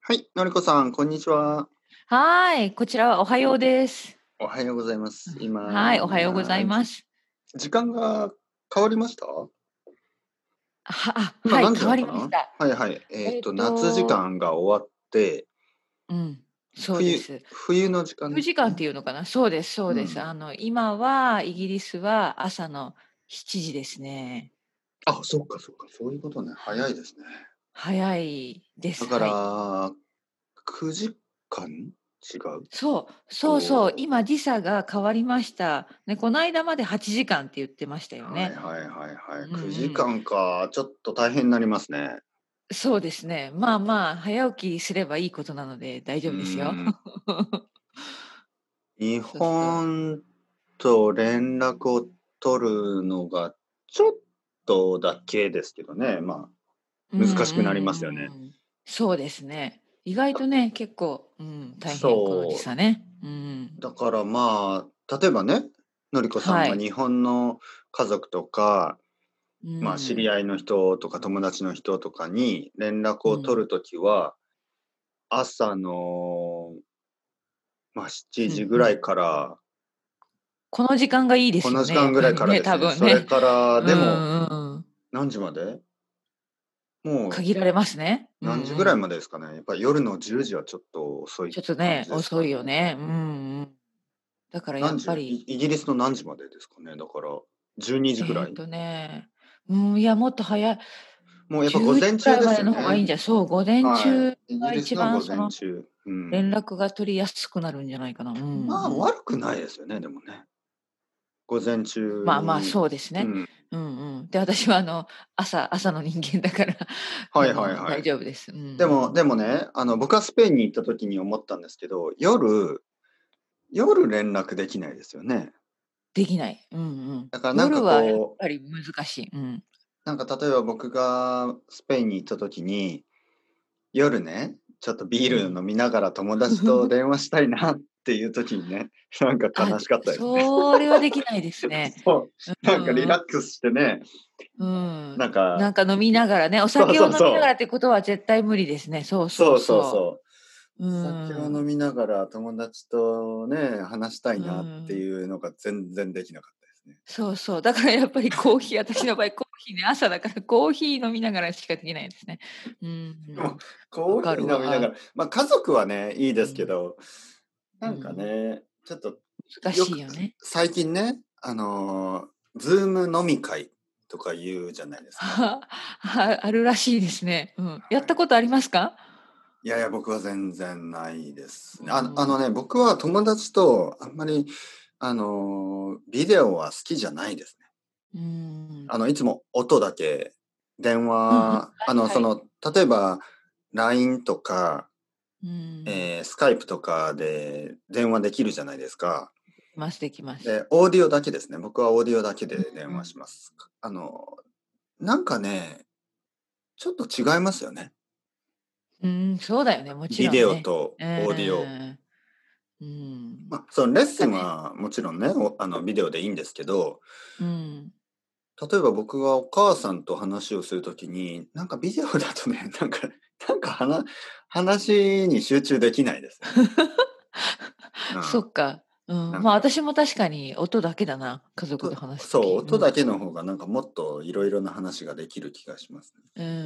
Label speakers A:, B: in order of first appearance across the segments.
A: はい、のりこさん、こんにちは。
B: はい、こちらはおはようです。
A: おはようございます。今、
B: はい、おはようございます。
A: 時間が変わりましたは、
B: あはい、変わりました。
A: はいはい。えー、っと、夏時間が終わって、
B: うん、そうです。
A: 冬の時間、
B: 冬時間っていうのかなそうです、そうです。あの、今は、イギリスは朝の7時ですね。
A: あ、そっかそっか、そういうことね。早いですね。
B: 早いで
A: だ
B: す。
A: から、9時間違う
B: そうそうそう今時差が変わりました、ね、この間まで8時間って言ってましたよね
A: はいはいはいはい、う9時間か、うん、ちょっと大変になりますね
B: そうですねまあまあ早起きすればいいことなので大丈夫ですよ
A: 日本と連絡を取るのがちょっとだけですけどねまあ難しくなりますよね
B: そうですね意外とね結構、うん、大変この時差ね、うん、
A: だからまあ例えばねのりこさんが日本の家族とか、はい、まあ、知り合いの人とか友達の人とかに連絡を取る時は、うん、朝の、まあ、7時ぐらいから、うん、
B: この時間がいいですよね
A: この時間ぐらいから ですね、ねね、それからでも、何時までもう
B: 限られますね。
A: 何時ぐらいまでですかね。うんうん、やっぱり夜の10時はちょっと遅い、
B: ね、ちょっとね、遅いよね。うん、うん。だからやっぱり。
A: イギリスの何時までですかね。だから12時ぐらい。え
B: っとね。うん、いや、もっと早い。
A: もうやっぱ午前中ですよ、ね、
B: の方がいいんじゃそう、午前中が一番その連絡が取りやすくなるんじゃないかな。うん、
A: まあ悪くないですよね、でもね。午前中
B: まあまあそうですね、うん、うんうんで私はあの朝朝の人間だから
A: はいはいはい
B: 大丈夫です、うん、
A: でもでもねあの僕はスペインに行った時に思ったんですけど夜夜連絡できないですよね
B: できない、うんうん、
A: だからなんか
B: こうやっぱり難しい、うん、
A: なんか例えば僕がスペインに行った時に夜ねちょっとビール飲みながら友達 と電話したいなっっていう時にね、なんか悲しかったです、
B: ね、それはできないです ね。
A: そう、なんかリラックスしてね、
B: うん、
A: なんか
B: なんか飲みながらね、お酒を飲みながらってことは絶対無理ですね。そうそうそう。そう
A: そうそう酒を飲みながら友達とね話したいなっていうのが全然できなかったですね。
B: そうそうだからやっぱりコーヒー私の場合コーヒーね朝だからコーヒー飲みながらしかできないですね。うん、
A: でもコーヒー飲みながらまあ家族はねいいですけど。うんなんかね、うん、ちょっと
B: 難しいよね。
A: 最近ね、あのー、ズーム飲み会とか言うじゃないですか。
B: あ るらしいですね、うん、はい、やったことありますか
A: いやいや、僕は全然ないです、ね。ああのね、僕は友達とあんまり、あのー、ビデオは好きじゃないです
B: ね。うん、
A: あの、いつも音だけ、電話、あの、はい、その、例えば、LINE とか、
B: うん
A: えー、スカイプとかで電話できるじゃないですか。
B: ますできます。
A: で、オーディオだけですね。僕はオーディオだけで電話します。うん、あの、なんかね、ちょっと違いますよね。
B: うん、そうだよね。もちろ
A: ん、ね、ビデオとオーディオ。
B: えー、うん、
A: まあ、そのレッスンはもちろんね、あのビデオでいいんですけ
B: ど、うん、
A: 例えば僕がお母さんと話をするときに、なんかビデオだとね、 なんか、なんか話、話に集中できないです、 ね、
B: うん、そっか。うん、んまあ私も確かに音だけだな、家族と話
A: すそう、音だけの方がなんかもっといろいろな話ができる気がします、
B: ね、うん、うん、う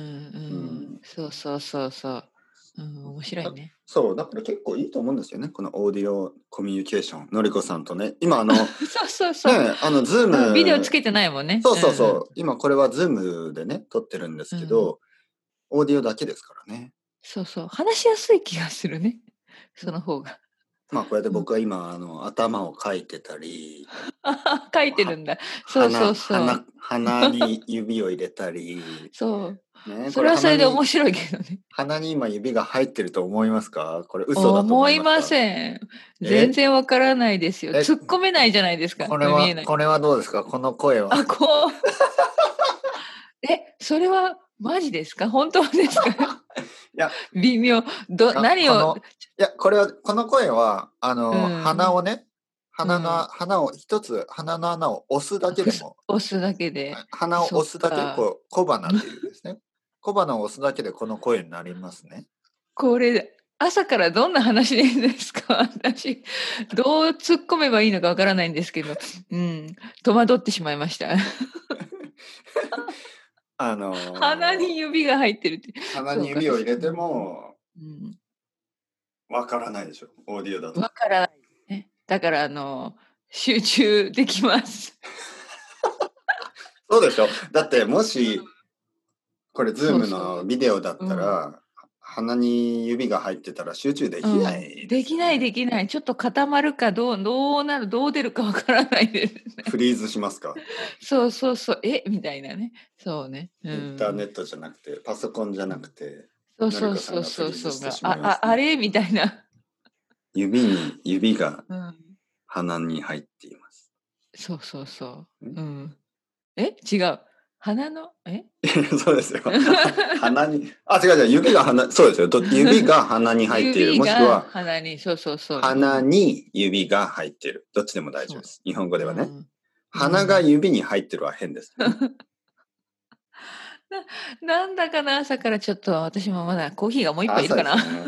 B: ん、そうそうそうそう。うん、面白いね。
A: そう、だから結構いいと思うんですよね。このオーディオコミュニケーション、のりこさんとね、今あ の。
B: そうそうそう。
A: ね、あのズーム、
B: ビデオつけてないもんね。
A: そうそうそう。うん、今これはズームでね、撮ってるんですけど、うん、オーディオだけですからね。
B: そうそう、話しやすい気がするね。その方が。
A: まあ、こうやって僕は今、あの、頭をかいてたり。。
B: かいてるんだ。そうそうそう
A: 鼻に指を入れたり。
B: そう。ね、 それはそれで面白いけどね。
A: 鼻に今指が入ってると思いますかこれ嘘だ
B: 思いません。全然わからないですよ。突っ込めないじゃないですか。
A: これは、これはどうですかこの声は。
B: あ、こう。 え、それはマジですか本当ですか
A: いや、
B: 微妙。ど、何を。
A: いや、これは、この声は、あの、うん、鼻をね、鼻が、うん、鼻を一つ、鼻の穴を押すだけで も。
B: 押すだけで。
A: 鼻を押すだけで、こう、小鼻っていうですね。小鼻を押すだけでこの声になりますね。
B: これ、朝からどんな話ですか 私、どう突っ込めばいいのかわからないんですけど、うん、戸惑ってしまいました。
A: あのー、
B: 鼻に指が入ってるって。
A: 鼻に指を入れても、わからないでしょ、オーディオだと。
B: わからない、ね。だから、あのー、集中できます。
A: そうでしょだってもしこれズームのビデオだったら鼻に指が入ってたら集中できない
B: で、ねうん、できないできないちょっと固まるかどうどうなるどう出るかわからないです、ね、
A: フリーズしますか
B: そうそうそうえみたいなねそうね、
A: うん、インターネットじゃなくてパソコンじゃなくて
B: そうそうそうそうそう、ね、あああれみたいな
A: 指に指が鼻に入っています、
B: うん、そうそうそううんえ違う。鼻の、え
A: そうですよ。 鼻に、あ、違う違う、指が鼻、そうですよ。指が鼻に入って いる。もしくは、
B: 鼻に、そうそうそう。
A: 鼻に指が入っている。どっちでも大丈夫です。日本語ではね。うん、鼻が指に入ってるは変です 、ね
B: な。なんだかな、朝からちょっと私もまだコーヒーがもう一杯いるかな。ね、